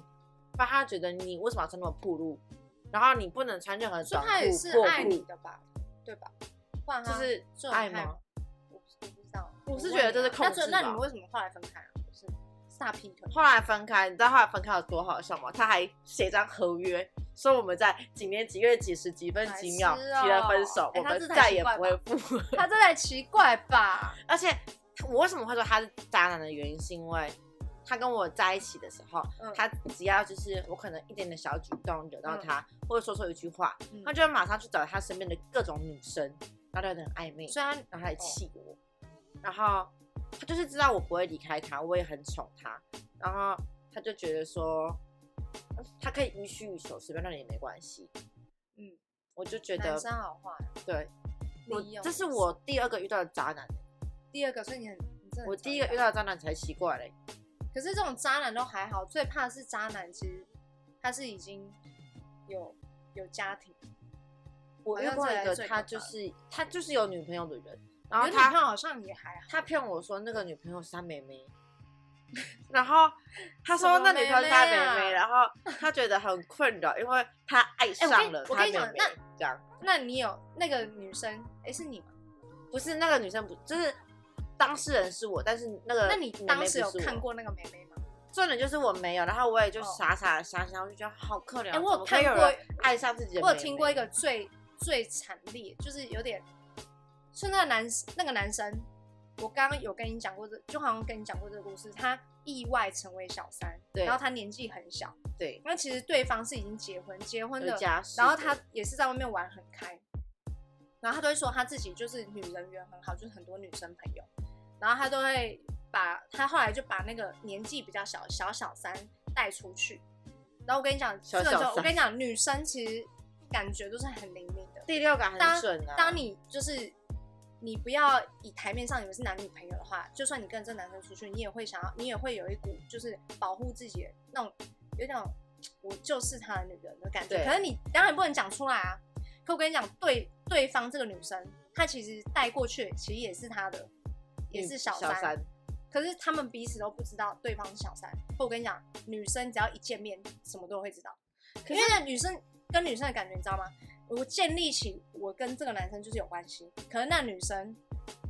[SPEAKER 1] 不然他觉得你为什么要穿那么暴露？然后你不能穿任何
[SPEAKER 2] 所
[SPEAKER 1] 短
[SPEAKER 2] 以他也
[SPEAKER 1] 裤、
[SPEAKER 2] 是
[SPEAKER 1] 破
[SPEAKER 2] 爱你
[SPEAKER 1] 裤，
[SPEAKER 2] 的吧？对吧？不然
[SPEAKER 1] 就
[SPEAKER 2] 他
[SPEAKER 1] 是
[SPEAKER 2] 这种
[SPEAKER 1] 爱
[SPEAKER 2] 害
[SPEAKER 1] 吗？？
[SPEAKER 2] 我不我不知道，
[SPEAKER 1] 我是
[SPEAKER 2] 问
[SPEAKER 1] 觉得
[SPEAKER 2] 你
[SPEAKER 1] 这是
[SPEAKER 2] 啊
[SPEAKER 1] 控
[SPEAKER 2] 那这
[SPEAKER 1] 制
[SPEAKER 2] 那你
[SPEAKER 1] 吧
[SPEAKER 2] 们为什么后来分开啊？
[SPEAKER 1] [laughs]
[SPEAKER 2] 就是是他劈腿，
[SPEAKER 1] 后来分开，你知道后来分开有多好笑吗？他还写一张合约，说我们在几年几月几时几分
[SPEAKER 2] 白
[SPEAKER 1] 几秒
[SPEAKER 2] 痴
[SPEAKER 1] 提了分
[SPEAKER 2] 哦
[SPEAKER 1] 手，
[SPEAKER 2] 哎
[SPEAKER 1] 我
[SPEAKER 2] 他
[SPEAKER 1] 们
[SPEAKER 2] 这才
[SPEAKER 1] 再
[SPEAKER 2] 奇
[SPEAKER 1] 也
[SPEAKER 2] 怪
[SPEAKER 1] 不会
[SPEAKER 2] 吧
[SPEAKER 1] 复合。
[SPEAKER 2] 他这才奇怪吧？
[SPEAKER 1] 而且我为什么会说他是渣男的原因，是因为他跟我在一起的时候，
[SPEAKER 2] 嗯
[SPEAKER 1] 他只要就是我可能一点点小举动惹到他，或者说错一句话，
[SPEAKER 2] 嗯
[SPEAKER 1] 他就会马上去找他身边的各种女生，然后他就很暧昧，
[SPEAKER 2] 虽然
[SPEAKER 1] 然后他来气我，然后他就是知道我不会离开他，我也很宠他，然后他就觉得说。嗯他可以予取予求，随便让你也没关系。
[SPEAKER 2] 嗯，
[SPEAKER 1] 我就觉得
[SPEAKER 2] 男，生好坏，哦
[SPEAKER 1] 对我
[SPEAKER 2] 利用
[SPEAKER 1] 这是
[SPEAKER 2] 你
[SPEAKER 1] 我第二个遇到的渣男、
[SPEAKER 2] 第二个，所以你很，你真的很
[SPEAKER 1] 我
[SPEAKER 2] 讨
[SPEAKER 1] 第一
[SPEAKER 2] 厌
[SPEAKER 1] 个遇到的渣男才奇怪嘞，
[SPEAKER 2] 可是这种渣男都还好，最怕是渣男，其实他是已经有有家庭，
[SPEAKER 1] 我遇
[SPEAKER 2] 好像
[SPEAKER 1] 过
[SPEAKER 2] 这
[SPEAKER 1] 一
[SPEAKER 2] 才
[SPEAKER 1] 个，
[SPEAKER 2] 最
[SPEAKER 1] 他
[SPEAKER 2] 可
[SPEAKER 1] 就
[SPEAKER 2] 怕的
[SPEAKER 1] 是他就是有女朋友的人，然
[SPEAKER 2] 有
[SPEAKER 1] 后
[SPEAKER 2] 女
[SPEAKER 1] 他
[SPEAKER 2] 朋友好像也还好，
[SPEAKER 1] 他骗我说那个女朋友是他妹妹，然
[SPEAKER 2] [laughs]
[SPEAKER 1] 后他
[SPEAKER 2] 什
[SPEAKER 1] 说
[SPEAKER 2] 么
[SPEAKER 1] 那女朋友是他妹
[SPEAKER 2] 妹妹
[SPEAKER 1] 妹，
[SPEAKER 2] 啊
[SPEAKER 1] 然后他觉得很困扰，因为他爱
[SPEAKER 2] 跟
[SPEAKER 1] 上了
[SPEAKER 2] 我
[SPEAKER 1] 他妹
[SPEAKER 2] 跟你讲
[SPEAKER 1] 妹
[SPEAKER 2] 那，
[SPEAKER 1] 这样
[SPEAKER 2] 那你有那个女生，哎、是你吗？
[SPEAKER 1] 不是那个女生不就是当事人是我，但是那个
[SPEAKER 2] 那你
[SPEAKER 1] 呃妹妹
[SPEAKER 2] 当时
[SPEAKER 1] 不
[SPEAKER 2] 有
[SPEAKER 1] 是我
[SPEAKER 2] 看？过那个妹妹吗？
[SPEAKER 1] 重点就是我没有，然后我也就
[SPEAKER 2] 哦
[SPEAKER 1] 傻傻的想想，我就觉得好可怜哦。
[SPEAKER 2] 哎我有
[SPEAKER 1] 怎么可以
[SPEAKER 2] 看
[SPEAKER 1] 有
[SPEAKER 2] 过
[SPEAKER 1] 人爱上自己的妹妹，
[SPEAKER 2] 我有听过一个最最惨烈，就是有点，是那个男那个男生，我刚刚有跟你讲过这，就好像跟你讲过这个故事，他意外成为小三，
[SPEAKER 1] 对
[SPEAKER 2] 然后他年纪很小，
[SPEAKER 1] 对
[SPEAKER 2] 那其实对方是已经结婚，结婚
[SPEAKER 1] 有
[SPEAKER 2] 的，
[SPEAKER 1] 家室的，
[SPEAKER 2] 然后他也是在外面玩很开，然后他都会说他自己就是女人缘很好，就是很多女生朋友，然后他都会把他后来就把那个年纪比较小小小三带出去，然后我跟你讲，
[SPEAKER 1] 小
[SPEAKER 2] 这个
[SPEAKER 1] 小
[SPEAKER 2] 时候
[SPEAKER 1] 三
[SPEAKER 2] 我跟你讲，女生其实感觉都是很灵敏的，
[SPEAKER 1] 第六感很
[SPEAKER 2] 当
[SPEAKER 1] 准啊。
[SPEAKER 2] 当你就是你不要以台面上你们是男女朋友的话，就算你跟这男生出去，你也会想要，你也会有一股就是保护自己的那种嗯有点我就是他的女人的感觉。
[SPEAKER 1] 对
[SPEAKER 2] 可是你当然不能讲出来啊。可我跟你讲，对对方这个女生，她其实带过去其实也是她的，也
[SPEAKER 1] 女
[SPEAKER 2] 是小
[SPEAKER 1] 嗯小三，
[SPEAKER 2] 可是他们彼此都不知道对方是小三。可我跟你讲，女生只要一见面，什么都会知道。因为那女生跟女生的感觉，你知道吗？我建立起我跟这个男生就是有关系，可能那女生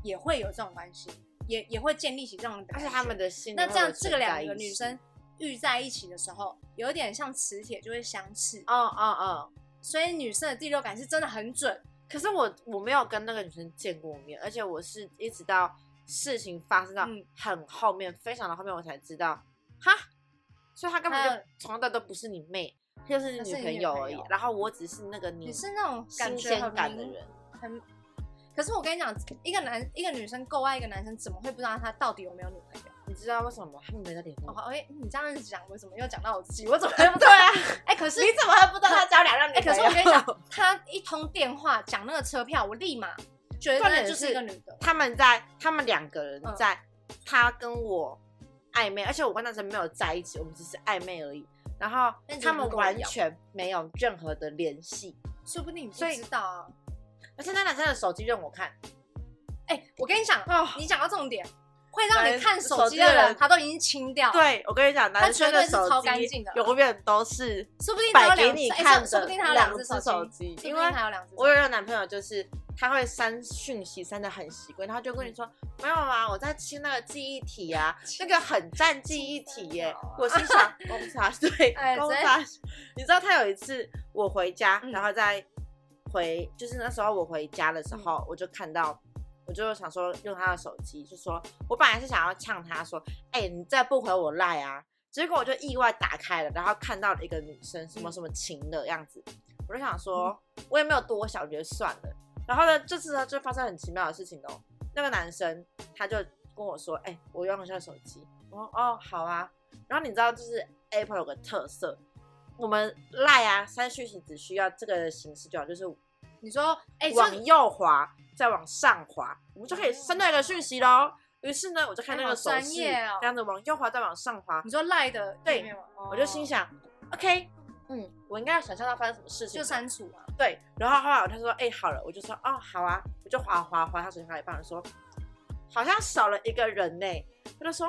[SPEAKER 2] 也会有这种关系，也也会建立起这种的
[SPEAKER 1] 而
[SPEAKER 2] 感觉。
[SPEAKER 1] 且他们的性
[SPEAKER 2] 那
[SPEAKER 1] 会
[SPEAKER 2] 这样，
[SPEAKER 1] 不会
[SPEAKER 2] 这个
[SPEAKER 1] 存在
[SPEAKER 2] 两个
[SPEAKER 1] 一
[SPEAKER 2] 女
[SPEAKER 1] 起
[SPEAKER 2] 生遇在一起的时候，有点像磁铁就会相斥，
[SPEAKER 1] 哦哦哦，
[SPEAKER 2] 所以女生的第六感是真的很准。
[SPEAKER 1] 可是我我没有跟那个女生见过面，而且我是一直到事情发生到
[SPEAKER 2] 嗯
[SPEAKER 1] 很后面，非常的后面，我才知道，哈，所以她根本
[SPEAKER 2] 她
[SPEAKER 1] 就从头到尾都不是你妹，她就是你
[SPEAKER 2] 她是
[SPEAKER 1] 女
[SPEAKER 2] 你
[SPEAKER 1] 朋
[SPEAKER 2] 女
[SPEAKER 1] 友
[SPEAKER 2] 朋
[SPEAKER 1] 而已
[SPEAKER 2] 友。
[SPEAKER 1] 然后我只是那个你
[SPEAKER 2] 你是那种感
[SPEAKER 1] 嗯新
[SPEAKER 2] 觉
[SPEAKER 1] 鲜
[SPEAKER 2] 很
[SPEAKER 1] 感的
[SPEAKER 2] 明
[SPEAKER 1] 人，
[SPEAKER 2] 很。可是我跟你讲，一个男一个女生够爱一个男生，怎么会不知道他到底有没有女朋友？
[SPEAKER 1] 你知道为什么吗？他们没在联络
[SPEAKER 2] 哦，。哎、你这样子讲，为什么又讲到我自己？我怎么会不知
[SPEAKER 1] 对 [laughs]
[SPEAKER 2] 道？
[SPEAKER 1] 啊，
[SPEAKER 2] 哎、可是
[SPEAKER 1] 你怎么会不知道他交两任女
[SPEAKER 2] 哎、可
[SPEAKER 1] 朋
[SPEAKER 2] 是
[SPEAKER 1] 友？
[SPEAKER 2] 我跟你讲，他一通电话讲那个车票，我立马觉得
[SPEAKER 1] 重
[SPEAKER 2] 那
[SPEAKER 1] 点
[SPEAKER 2] 就是
[SPEAKER 1] 是
[SPEAKER 2] 一个女的。
[SPEAKER 1] 他们在他们两个人
[SPEAKER 2] 嗯
[SPEAKER 1] 在，他跟我暧昧，而且我跟那时候没有在一起，我们只是暧昧而已。然后
[SPEAKER 2] 那你怎
[SPEAKER 1] 他
[SPEAKER 2] 么
[SPEAKER 1] 们
[SPEAKER 2] 不跟我
[SPEAKER 1] 完
[SPEAKER 2] 聊
[SPEAKER 1] 全没有任何的联系，
[SPEAKER 2] 说不定你不
[SPEAKER 1] 所以
[SPEAKER 2] 知道啊。
[SPEAKER 1] 而且那男生的手机让我看，
[SPEAKER 2] 哎、我跟你讲，
[SPEAKER 1] 哦
[SPEAKER 2] 你讲到重点，会让你
[SPEAKER 1] 男
[SPEAKER 2] 看手
[SPEAKER 1] 手
[SPEAKER 2] 机
[SPEAKER 1] 机的
[SPEAKER 2] 的人，
[SPEAKER 1] 人
[SPEAKER 2] 他都已经清掉。，
[SPEAKER 1] 对我跟你讲，男生
[SPEAKER 2] 绝对是
[SPEAKER 1] 手
[SPEAKER 2] 超干净
[SPEAKER 1] 机
[SPEAKER 2] 的
[SPEAKER 1] 永远都是
[SPEAKER 2] 说不定他有
[SPEAKER 1] 摆
[SPEAKER 2] 两
[SPEAKER 1] 给
[SPEAKER 2] 只
[SPEAKER 1] 你
[SPEAKER 2] 哎
[SPEAKER 1] 看
[SPEAKER 2] 说说不
[SPEAKER 1] 的
[SPEAKER 2] 定他有
[SPEAKER 1] 两
[SPEAKER 2] 只
[SPEAKER 1] 只手
[SPEAKER 2] 手
[SPEAKER 1] 机，
[SPEAKER 2] 说
[SPEAKER 1] 因
[SPEAKER 2] 不
[SPEAKER 1] 为
[SPEAKER 2] 定他有两只手机。
[SPEAKER 1] 我有一个男朋友，就是他会删讯息删的很习惯，他就跟你说、
[SPEAKER 2] 嗯
[SPEAKER 1] 没有啊，我在清那个记忆体啊，那个很占记忆体耶、
[SPEAKER 2] 清
[SPEAKER 1] [laughs]
[SPEAKER 2] 啊
[SPEAKER 1] 我心想，公差对，
[SPEAKER 2] [laughs] 哎
[SPEAKER 1] 公
[SPEAKER 2] 直接
[SPEAKER 1] 差。你知道他有一次我回家，
[SPEAKER 2] 嗯
[SPEAKER 1] 然后再回，就是那时候我回家的
[SPEAKER 2] 嗯
[SPEAKER 1] 时候，我就看到。我就想说用他的手机，就说我本来是想要呛他说，哎、你再不回我赖啊！结果我就意外打开了，然后看到了一个女生
[SPEAKER 2] 嗯
[SPEAKER 1] 什么什么情的样子，我就想说，我也没有多想，我觉得算了。然后呢，这次呢就发生很奇妙的事情哦。那个男生他就跟我说：“哎、我用一下手机。”我说：“哦，好啊。”然后你知道，就是 Apple 有个特色，我们赖啊删讯息只需要这个形式就好，就是
[SPEAKER 2] 你说，哎、这
[SPEAKER 1] 往右滑，再往上滑，我们就可以删到一个讯息喽。于是呢，我就看那
[SPEAKER 2] 哎好
[SPEAKER 1] 个手
[SPEAKER 2] 专
[SPEAKER 1] 势，
[SPEAKER 2] 业哦
[SPEAKER 1] 这样子往右滑，再往上滑
[SPEAKER 2] 你，说赖的
[SPEAKER 1] 对
[SPEAKER 2] 页面吗，哦
[SPEAKER 1] 我就心
[SPEAKER 2] 想
[SPEAKER 1] 想，OK，嗯，我应该要想象到发生什么事情
[SPEAKER 2] 就
[SPEAKER 1] 吧，
[SPEAKER 2] 删除啊。
[SPEAKER 1] 对，然后后来他说：“哎、好了。”我就说：“哦，好啊。”我就划划划他手机划一半，我说：“好像少了一个人呢、他就说：“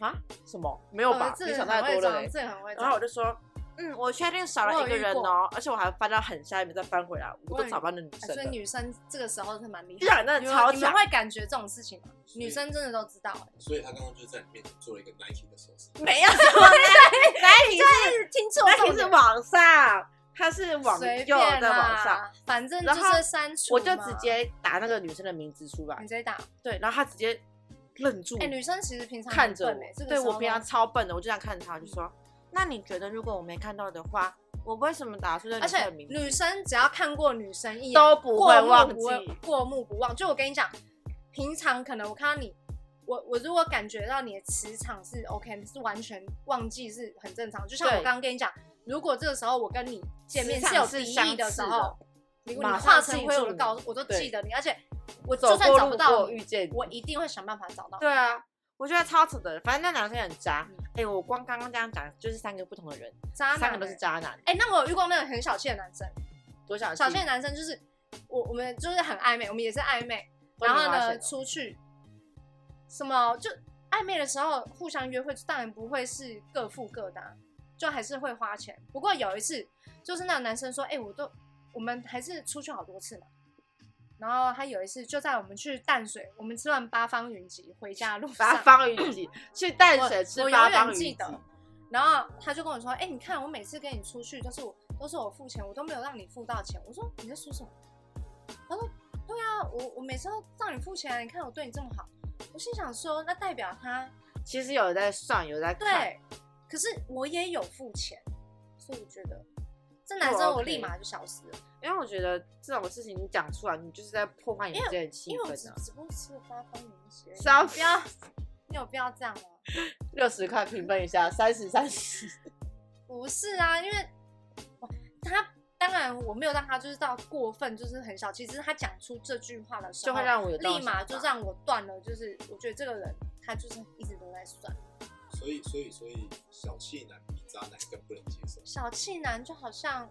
[SPEAKER 1] 啊，什么？没有吧？
[SPEAKER 2] 哦这
[SPEAKER 1] 你
[SPEAKER 2] 个
[SPEAKER 1] 想
[SPEAKER 2] 很
[SPEAKER 1] 太
[SPEAKER 2] 会
[SPEAKER 1] 多了、
[SPEAKER 2] 装，
[SPEAKER 1] 欸。
[SPEAKER 2] 这个很”会装。
[SPEAKER 1] 然后我就说：“嗯，我确定少
[SPEAKER 2] 我有
[SPEAKER 1] 了一个
[SPEAKER 2] 遇
[SPEAKER 1] 人
[SPEAKER 2] 过
[SPEAKER 1] 哦，而且我还翻到很下面再翻回来，我
[SPEAKER 2] 我
[SPEAKER 1] 都
[SPEAKER 2] 有
[SPEAKER 1] 找不到那女
[SPEAKER 2] 哎
[SPEAKER 1] 生
[SPEAKER 2] 所以
[SPEAKER 1] 了。
[SPEAKER 2] 女生这个时候是蛮厉
[SPEAKER 1] 就
[SPEAKER 2] 害
[SPEAKER 1] 想
[SPEAKER 2] 的，
[SPEAKER 1] 那
[SPEAKER 2] 你
[SPEAKER 1] 超
[SPEAKER 2] 们你们
[SPEAKER 1] 强
[SPEAKER 2] 会感觉这种事情吗？
[SPEAKER 3] 所以
[SPEAKER 2] 女生真的都知道、哎
[SPEAKER 3] 所以他刚刚就是在你面前做了一个 Nike 的手势，
[SPEAKER 1] 没有什么
[SPEAKER 2] [laughs]
[SPEAKER 1] 呢哎
[SPEAKER 2] 哎
[SPEAKER 1] 哪里是
[SPEAKER 2] 听错
[SPEAKER 1] 哪
[SPEAKER 2] 重
[SPEAKER 1] 里是
[SPEAKER 2] 点
[SPEAKER 1] 往上，他是往
[SPEAKER 2] 随
[SPEAKER 1] 右
[SPEAKER 2] 便
[SPEAKER 1] 再往上，
[SPEAKER 2] 啦，反正就
[SPEAKER 1] 然后
[SPEAKER 2] 是删除嘛，
[SPEAKER 1] 我就直接打那个女生的名字出来
[SPEAKER 2] 你，直接打。
[SPEAKER 1] 对，然后他直接愣住。
[SPEAKER 2] 哎、女生其实平常
[SPEAKER 1] 看着
[SPEAKER 2] 很
[SPEAKER 1] 我
[SPEAKER 2] 笨嗯哎，这，个
[SPEAKER 1] 对
[SPEAKER 2] 时候
[SPEAKER 1] 我平常
[SPEAKER 2] 都，
[SPEAKER 1] 超笨的，我就这样看着他，我就说：“那你觉得如果我没看到的话，我为什么打出这
[SPEAKER 2] 而
[SPEAKER 1] 女生
[SPEAKER 2] 且
[SPEAKER 1] 的名字
[SPEAKER 2] 女生只要看过女生一眼，
[SPEAKER 1] 都不
[SPEAKER 2] 过
[SPEAKER 1] 会
[SPEAKER 2] 目
[SPEAKER 1] 忘
[SPEAKER 2] 不会
[SPEAKER 1] 记
[SPEAKER 2] 过目不忘。就我跟你讲，平常可能我看到你，我我如果感觉到你的磁场是 OK，是完全忘记是很正常。就像我
[SPEAKER 1] 对
[SPEAKER 2] 刚刚跟你讲，如果这个时候我跟你见面
[SPEAKER 1] 磁场
[SPEAKER 2] 有
[SPEAKER 1] 是
[SPEAKER 2] 敌
[SPEAKER 1] 相
[SPEAKER 2] 意的
[SPEAKER 1] 似的
[SPEAKER 2] 时候，你你
[SPEAKER 1] 马上
[SPEAKER 2] 化成
[SPEAKER 1] 记
[SPEAKER 2] 灰我
[SPEAKER 1] 住
[SPEAKER 2] 都
[SPEAKER 1] 你
[SPEAKER 2] 告诉我都
[SPEAKER 1] 对
[SPEAKER 2] 记得你，而且我就
[SPEAKER 1] 走
[SPEAKER 2] 算
[SPEAKER 1] 过
[SPEAKER 2] 找
[SPEAKER 1] 路过
[SPEAKER 2] 不到
[SPEAKER 1] 遇
[SPEAKER 2] 你，
[SPEAKER 1] 见你
[SPEAKER 2] 我一定会想办法找到你。
[SPEAKER 1] 对啊，我觉得超扯的。反正那男生也很渣。
[SPEAKER 2] 嗯
[SPEAKER 1] 哎、我光刚刚这样讲，就是三个不同的人，
[SPEAKER 2] 渣男、
[SPEAKER 1] 三个都是
[SPEAKER 2] 欸
[SPEAKER 1] 渣男，
[SPEAKER 2] 哎、那我有遇过那个很小气的男生，
[SPEAKER 1] 多小气
[SPEAKER 2] 小气的男生就是我我们就是很暧昧，我们也是暧昧，
[SPEAKER 1] 都
[SPEAKER 2] 然
[SPEAKER 1] 零
[SPEAKER 2] 后
[SPEAKER 1] 花
[SPEAKER 2] 呢
[SPEAKER 1] 钱哦
[SPEAKER 2] 出去什么就暧昧的时候互相约会，当然不会是各付各的啊、就还是会花钱。不过有一次就是那个男生说，哎、我都我们还是出去好多次嘛。然后他有一次就在我们去淡水，我们吃完八方云集回家的路
[SPEAKER 1] 八
[SPEAKER 2] 上，
[SPEAKER 1] 方云集，去淡水吃
[SPEAKER 2] 我我
[SPEAKER 1] 八
[SPEAKER 2] 永
[SPEAKER 1] 方
[SPEAKER 2] 远
[SPEAKER 1] 云
[SPEAKER 2] 记
[SPEAKER 1] 集，
[SPEAKER 2] 得。然后他就跟我说：“哎、你看我每次跟你出去都是我都是我付钱，我都没有让你付到钱。”我说：“你在说什么？”他说：“对啊，我我每次都让你付钱，你看我对你这么好。”我心想说：“那代表他
[SPEAKER 1] 其实有在算，有在看，
[SPEAKER 2] 对，可是我也有付钱，所以我觉得这男
[SPEAKER 1] 不
[SPEAKER 2] 生
[SPEAKER 1] 哦 OK
[SPEAKER 2] 我立马就消失了，
[SPEAKER 1] 因为我觉得这种事情你讲出来，你就是在破坏你们之间的气
[SPEAKER 2] 因为我
[SPEAKER 1] 氛
[SPEAKER 2] 只
[SPEAKER 1] 啊。
[SPEAKER 2] 只不过吃了八方云集而已，
[SPEAKER 1] 少
[SPEAKER 2] 你不要，你有必要这样吗？
[SPEAKER 1] 六十块平分一下，三十三十，
[SPEAKER 2] 不是啊，因为哇他当然我没有让他就是到过分，就是很小气，只是他讲出这句话的时候，
[SPEAKER 1] 就会让我有这种
[SPEAKER 2] 立马就
[SPEAKER 1] 想法
[SPEAKER 2] 让我断了，就是我觉得这个人他就是一直都在算
[SPEAKER 3] 所以所以所以小气男比渣男更不能接受。
[SPEAKER 2] 小气男，就好像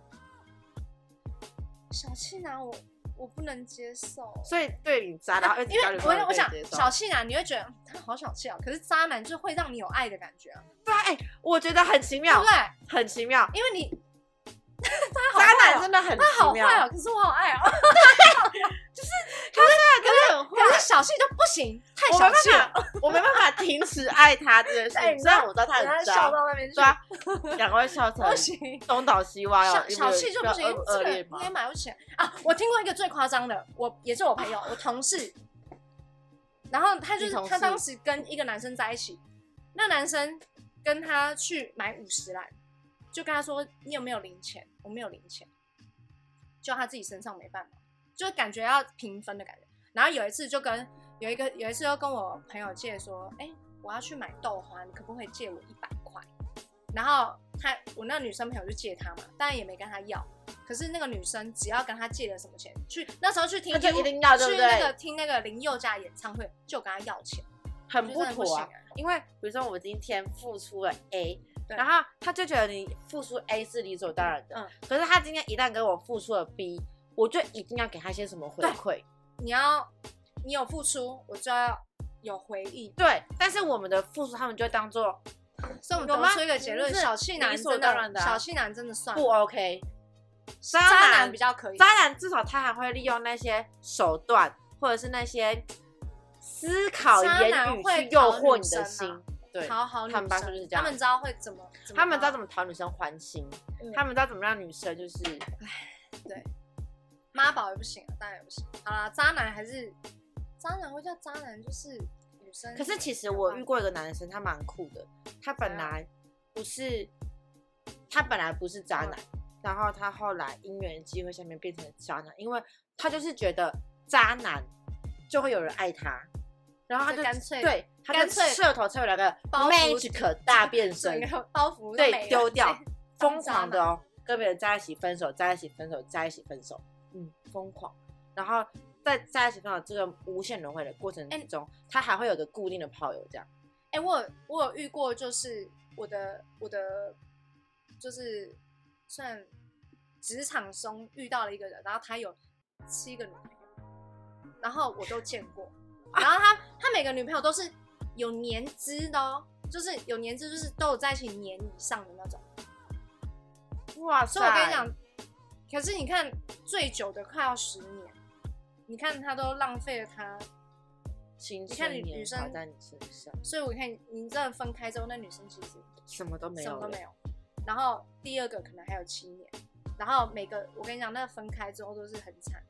[SPEAKER 2] 小气男我我不能接受，
[SPEAKER 1] 所以对你渣，然后一直
[SPEAKER 2] 因
[SPEAKER 1] 交
[SPEAKER 2] 为
[SPEAKER 1] 流
[SPEAKER 2] 我我想
[SPEAKER 1] 对
[SPEAKER 2] 小气男你会觉得嗯他好小气啊，可是渣男就会让你有爱的感觉啊，
[SPEAKER 1] 哎、我觉得很奇
[SPEAKER 2] 对
[SPEAKER 1] 妙
[SPEAKER 2] 不，对？
[SPEAKER 1] 很奇妙，
[SPEAKER 2] 因为
[SPEAKER 1] [laughs]
[SPEAKER 2] 你他好
[SPEAKER 1] 渣
[SPEAKER 2] 坏
[SPEAKER 1] 男
[SPEAKER 2] 哦
[SPEAKER 1] 真的很
[SPEAKER 2] 他好
[SPEAKER 1] 奇妙，
[SPEAKER 2] 坏哦，可是我好爱
[SPEAKER 1] [laughs]
[SPEAKER 2] 哦。
[SPEAKER 1] 真的很坏。
[SPEAKER 2] 可是小气就不行，太
[SPEAKER 1] 我没
[SPEAKER 2] 小
[SPEAKER 1] 办
[SPEAKER 2] 气了。
[SPEAKER 1] 法，我没办法停止爱他这件事
[SPEAKER 2] [laughs] 哎
[SPEAKER 1] 情。
[SPEAKER 2] 你
[SPEAKER 1] 虽然我知道他
[SPEAKER 2] 然后
[SPEAKER 1] 很
[SPEAKER 2] 笑
[SPEAKER 1] 渣，
[SPEAKER 2] 到那边去，
[SPEAKER 1] 对啊，两个会笑成
[SPEAKER 2] 不行。
[SPEAKER 1] 东倒西歪哦
[SPEAKER 2] 小，
[SPEAKER 1] 你
[SPEAKER 2] 小
[SPEAKER 1] 们有
[SPEAKER 2] 气就
[SPEAKER 1] 比较
[SPEAKER 2] 不行，
[SPEAKER 1] 恶
[SPEAKER 2] 这
[SPEAKER 1] 恶
[SPEAKER 2] 个
[SPEAKER 1] 劣
[SPEAKER 2] 你
[SPEAKER 1] 吗？
[SPEAKER 2] 也买不起来啊！我听过一个最夸张的，我也是我朋友，我同事，然后他就
[SPEAKER 1] 你
[SPEAKER 2] 是
[SPEAKER 1] 同事
[SPEAKER 2] 他当时跟一个男生在一起，那男生跟他去买五十来，就跟他说你有没有零钱？我没有零钱，就他自己身上没办法，就感觉要平分的感觉。然后有一次就跟有一个有一次就跟我朋友借说，哎、我要去买豆花，你可不可以借我一百块？然后他我那女生朋友就借他嘛，当然也没跟他要。可是那个女生只要跟他借了什么钱，去那时候去听
[SPEAKER 1] 他就
[SPEAKER 2] U-
[SPEAKER 1] 一定要对不
[SPEAKER 2] 去那
[SPEAKER 1] 对
[SPEAKER 2] 个听那个林宥嘉演唱会，就跟他要钱，
[SPEAKER 1] 很不
[SPEAKER 2] 我觉得真的不
[SPEAKER 1] 妥啊
[SPEAKER 2] 行。欸
[SPEAKER 1] 因为比如说我今天付出了 A，
[SPEAKER 2] 对
[SPEAKER 1] 然后他就觉得你付出 A 是理所当然的，
[SPEAKER 2] 嗯
[SPEAKER 1] 可是他今天一旦给我付出了 B，我就一定要给他一些什么回馈。
[SPEAKER 2] 你要你有付出，我就要有回应。
[SPEAKER 1] 对，但是我们的付出他们就当做
[SPEAKER 2] 所以我们
[SPEAKER 1] 有
[SPEAKER 2] 得
[SPEAKER 1] 吗
[SPEAKER 2] 出一个结论：
[SPEAKER 1] 就是
[SPEAKER 2] 小气男
[SPEAKER 1] 理所
[SPEAKER 2] 真
[SPEAKER 1] 当然的啊
[SPEAKER 2] 小气男真的算了
[SPEAKER 1] 不 OK。渣
[SPEAKER 2] 渣
[SPEAKER 1] 男
[SPEAKER 2] 比较可以，
[SPEAKER 1] 渣男至少他还会利用那些手段，或者是那些思考
[SPEAKER 2] 渣男
[SPEAKER 1] 言语
[SPEAKER 2] 会
[SPEAKER 1] 去诱
[SPEAKER 2] 讨
[SPEAKER 1] 惑
[SPEAKER 2] 女
[SPEAKER 1] 你的
[SPEAKER 2] 生
[SPEAKER 1] 心
[SPEAKER 2] 啊。
[SPEAKER 1] 对，
[SPEAKER 2] 讨好女
[SPEAKER 1] 他们班是不是
[SPEAKER 2] 生，
[SPEAKER 1] 这样
[SPEAKER 2] 他们知道会怎么，
[SPEAKER 1] 他们知道怎
[SPEAKER 2] 么啊
[SPEAKER 1] 么讨女生欢心，
[SPEAKER 2] 嗯
[SPEAKER 1] 他们知道怎么让女生就是
[SPEAKER 2] 妈宝也不行啊，当然也不行。好啦，渣男还是渣男会叫渣男，就是女生。
[SPEAKER 1] 可是其实我遇过一个男生，他蛮酷的，他本来不是，他本来不是渣
[SPEAKER 2] 嗯
[SPEAKER 1] 男，然后他后来因缘机会下面变成了渣男，因为他就是觉得渣男就会有人爱他，然后他
[SPEAKER 2] 就
[SPEAKER 1] 就
[SPEAKER 2] 干脆
[SPEAKER 1] 对，他就
[SPEAKER 2] 干脆
[SPEAKER 1] 彻头彻尾来个
[SPEAKER 2] 包袱
[SPEAKER 1] magic 大变身
[SPEAKER 2] 整，个包袱都没 [laughs]
[SPEAKER 1] 对，
[SPEAKER 2] 了
[SPEAKER 1] 丢掉，
[SPEAKER 2] 当
[SPEAKER 1] 疯
[SPEAKER 2] 渣
[SPEAKER 1] 狂的
[SPEAKER 2] 男
[SPEAKER 1] 哦，跟别人在一起分手，在一起分手，在一起分手，嗯，疯狂。然后在在一起分手这个无限轮回的过程
[SPEAKER 2] 哎
[SPEAKER 1] 中，他还会有个固定的炮友，这样
[SPEAKER 2] 哎、我有我有遇过，就是我的我的就是算职场中遇到了一个人，然后他有七个女朋友，然后我都见过，然后他他每个女朋友都是有年资的哦，就是有年资，就是都有在一起年以上的那种。
[SPEAKER 1] 哇塞！
[SPEAKER 2] 所以我跟你讲，可是你看最久的快要十年，你看他都浪费了他
[SPEAKER 1] 青
[SPEAKER 2] 你看
[SPEAKER 1] 春
[SPEAKER 2] 女
[SPEAKER 1] 年
[SPEAKER 2] 女
[SPEAKER 1] 华
[SPEAKER 2] 生
[SPEAKER 1] 在你身上，
[SPEAKER 2] 所以我看你这分开之后，那女生其实
[SPEAKER 1] 什么都没
[SPEAKER 2] 什
[SPEAKER 1] 有
[SPEAKER 2] 么都
[SPEAKER 1] 了，
[SPEAKER 2] 没有。然后第二个可能还有七年，然后每个我跟你讲，那分开之后都是很惨，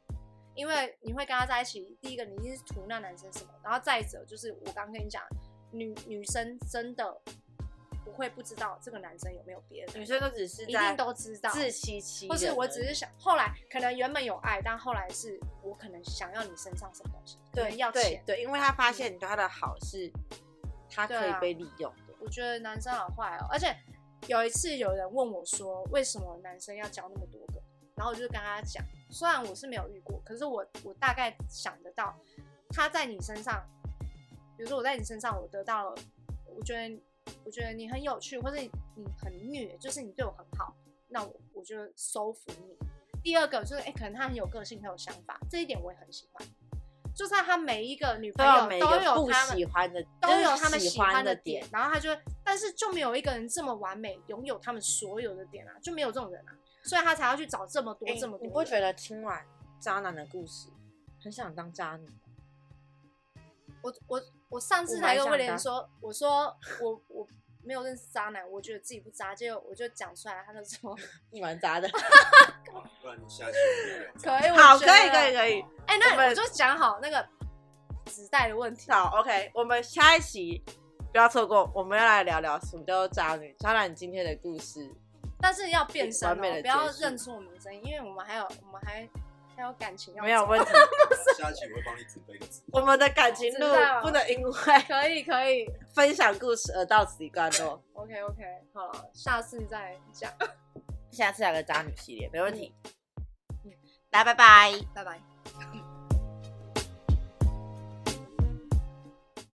[SPEAKER 2] 因为你会跟他在一起，第一个你一定是图那男生什么，然后再者就是我刚跟你讲，女女生真的不会不知道这个男生有没有别的，
[SPEAKER 1] 女生都只是
[SPEAKER 2] 一
[SPEAKER 1] 在
[SPEAKER 2] 定都知道，
[SPEAKER 1] 自欺欺人
[SPEAKER 2] 或
[SPEAKER 1] 而已，
[SPEAKER 2] 是我只是想后来可能原本有爱，但后来是我可能想要你身上什么东西，可
[SPEAKER 1] 对
[SPEAKER 2] 能要
[SPEAKER 1] 嗯对
[SPEAKER 2] 钱。嗯
[SPEAKER 1] 对，因为他发现对他的好是，他
[SPEAKER 2] 对
[SPEAKER 1] 可以
[SPEAKER 2] 啊
[SPEAKER 1] 被利用的，
[SPEAKER 2] 我觉得男生好坏哦，而且有一次有人问我说，为什么男生要交那么多个？然后我就跟他讲，虽然我是没有遇过，可是我我大概想得到，他在你身上，比如说我在你身上，我得到了，我觉得我觉得你很有趣，或者你很虐，就是你对我很好，那我我就收服你。第二个就是，哎、可能他很有个性，很有想法，这一点我也很喜欢。就算他每一个女
[SPEAKER 1] 都
[SPEAKER 2] 朋
[SPEAKER 1] 有
[SPEAKER 2] 友
[SPEAKER 1] 每
[SPEAKER 2] 都
[SPEAKER 1] 个
[SPEAKER 2] 有
[SPEAKER 1] 不
[SPEAKER 2] 他们
[SPEAKER 1] 喜欢的，
[SPEAKER 2] 都
[SPEAKER 1] 就是
[SPEAKER 2] 有他们
[SPEAKER 1] 喜
[SPEAKER 2] 喜
[SPEAKER 1] 欢
[SPEAKER 2] 欢的
[SPEAKER 1] 点
[SPEAKER 2] 点，，然后他就会，但是就没有一个人这么完美，拥有他们所有的点啊，就没有这种人啊，所以他才要去找这么多、
[SPEAKER 1] 哎
[SPEAKER 2] 这么多人。
[SPEAKER 1] 你不会觉得听完渣男的故事，很想当渣女？
[SPEAKER 2] 我我我上次
[SPEAKER 1] 我蛮
[SPEAKER 2] 才跟
[SPEAKER 1] 想啊
[SPEAKER 2] 威廉
[SPEAKER 1] 当
[SPEAKER 2] 说，我说我我没有认识渣男，我觉得自己不渣，结果我就讲出来，他就说
[SPEAKER 1] [laughs] 你蛮渣的。
[SPEAKER 3] 好不然你下期我们聊
[SPEAKER 2] 可
[SPEAKER 3] 聊这个
[SPEAKER 2] 以，我
[SPEAKER 1] 好，
[SPEAKER 2] 觉
[SPEAKER 1] 可
[SPEAKER 2] 得
[SPEAKER 1] 以，可以，可以。
[SPEAKER 2] 哎、
[SPEAKER 1] 我
[SPEAKER 2] 那
[SPEAKER 1] 们
[SPEAKER 2] 我就讲好那个纸袋的问题。
[SPEAKER 1] 好，OK，我们下一期不要错过，我们要来聊聊什么叫做渣女，渣男今天的故事。
[SPEAKER 2] 但是要变身
[SPEAKER 1] 完美
[SPEAKER 2] 哦，
[SPEAKER 1] 的
[SPEAKER 2] 不要
[SPEAKER 1] 结束
[SPEAKER 2] 认出我们的声音，因为我们还有我们还还有感情要
[SPEAKER 1] 没有
[SPEAKER 2] 走
[SPEAKER 1] 问题，
[SPEAKER 3] 下一期我会帮你准备一个纸
[SPEAKER 1] 我们的感情
[SPEAKER 2] 知
[SPEAKER 1] 路
[SPEAKER 2] 道
[SPEAKER 1] 不能因 [laughs] 为
[SPEAKER 2] 可以可以
[SPEAKER 1] 分享故事而到此一段落。
[SPEAKER 2] ，OK OK，好了，下次再讲，
[SPEAKER 1] 下次来个渣女系列，没问题
[SPEAKER 2] 嗯。
[SPEAKER 1] 来，拜拜。
[SPEAKER 2] 拜拜。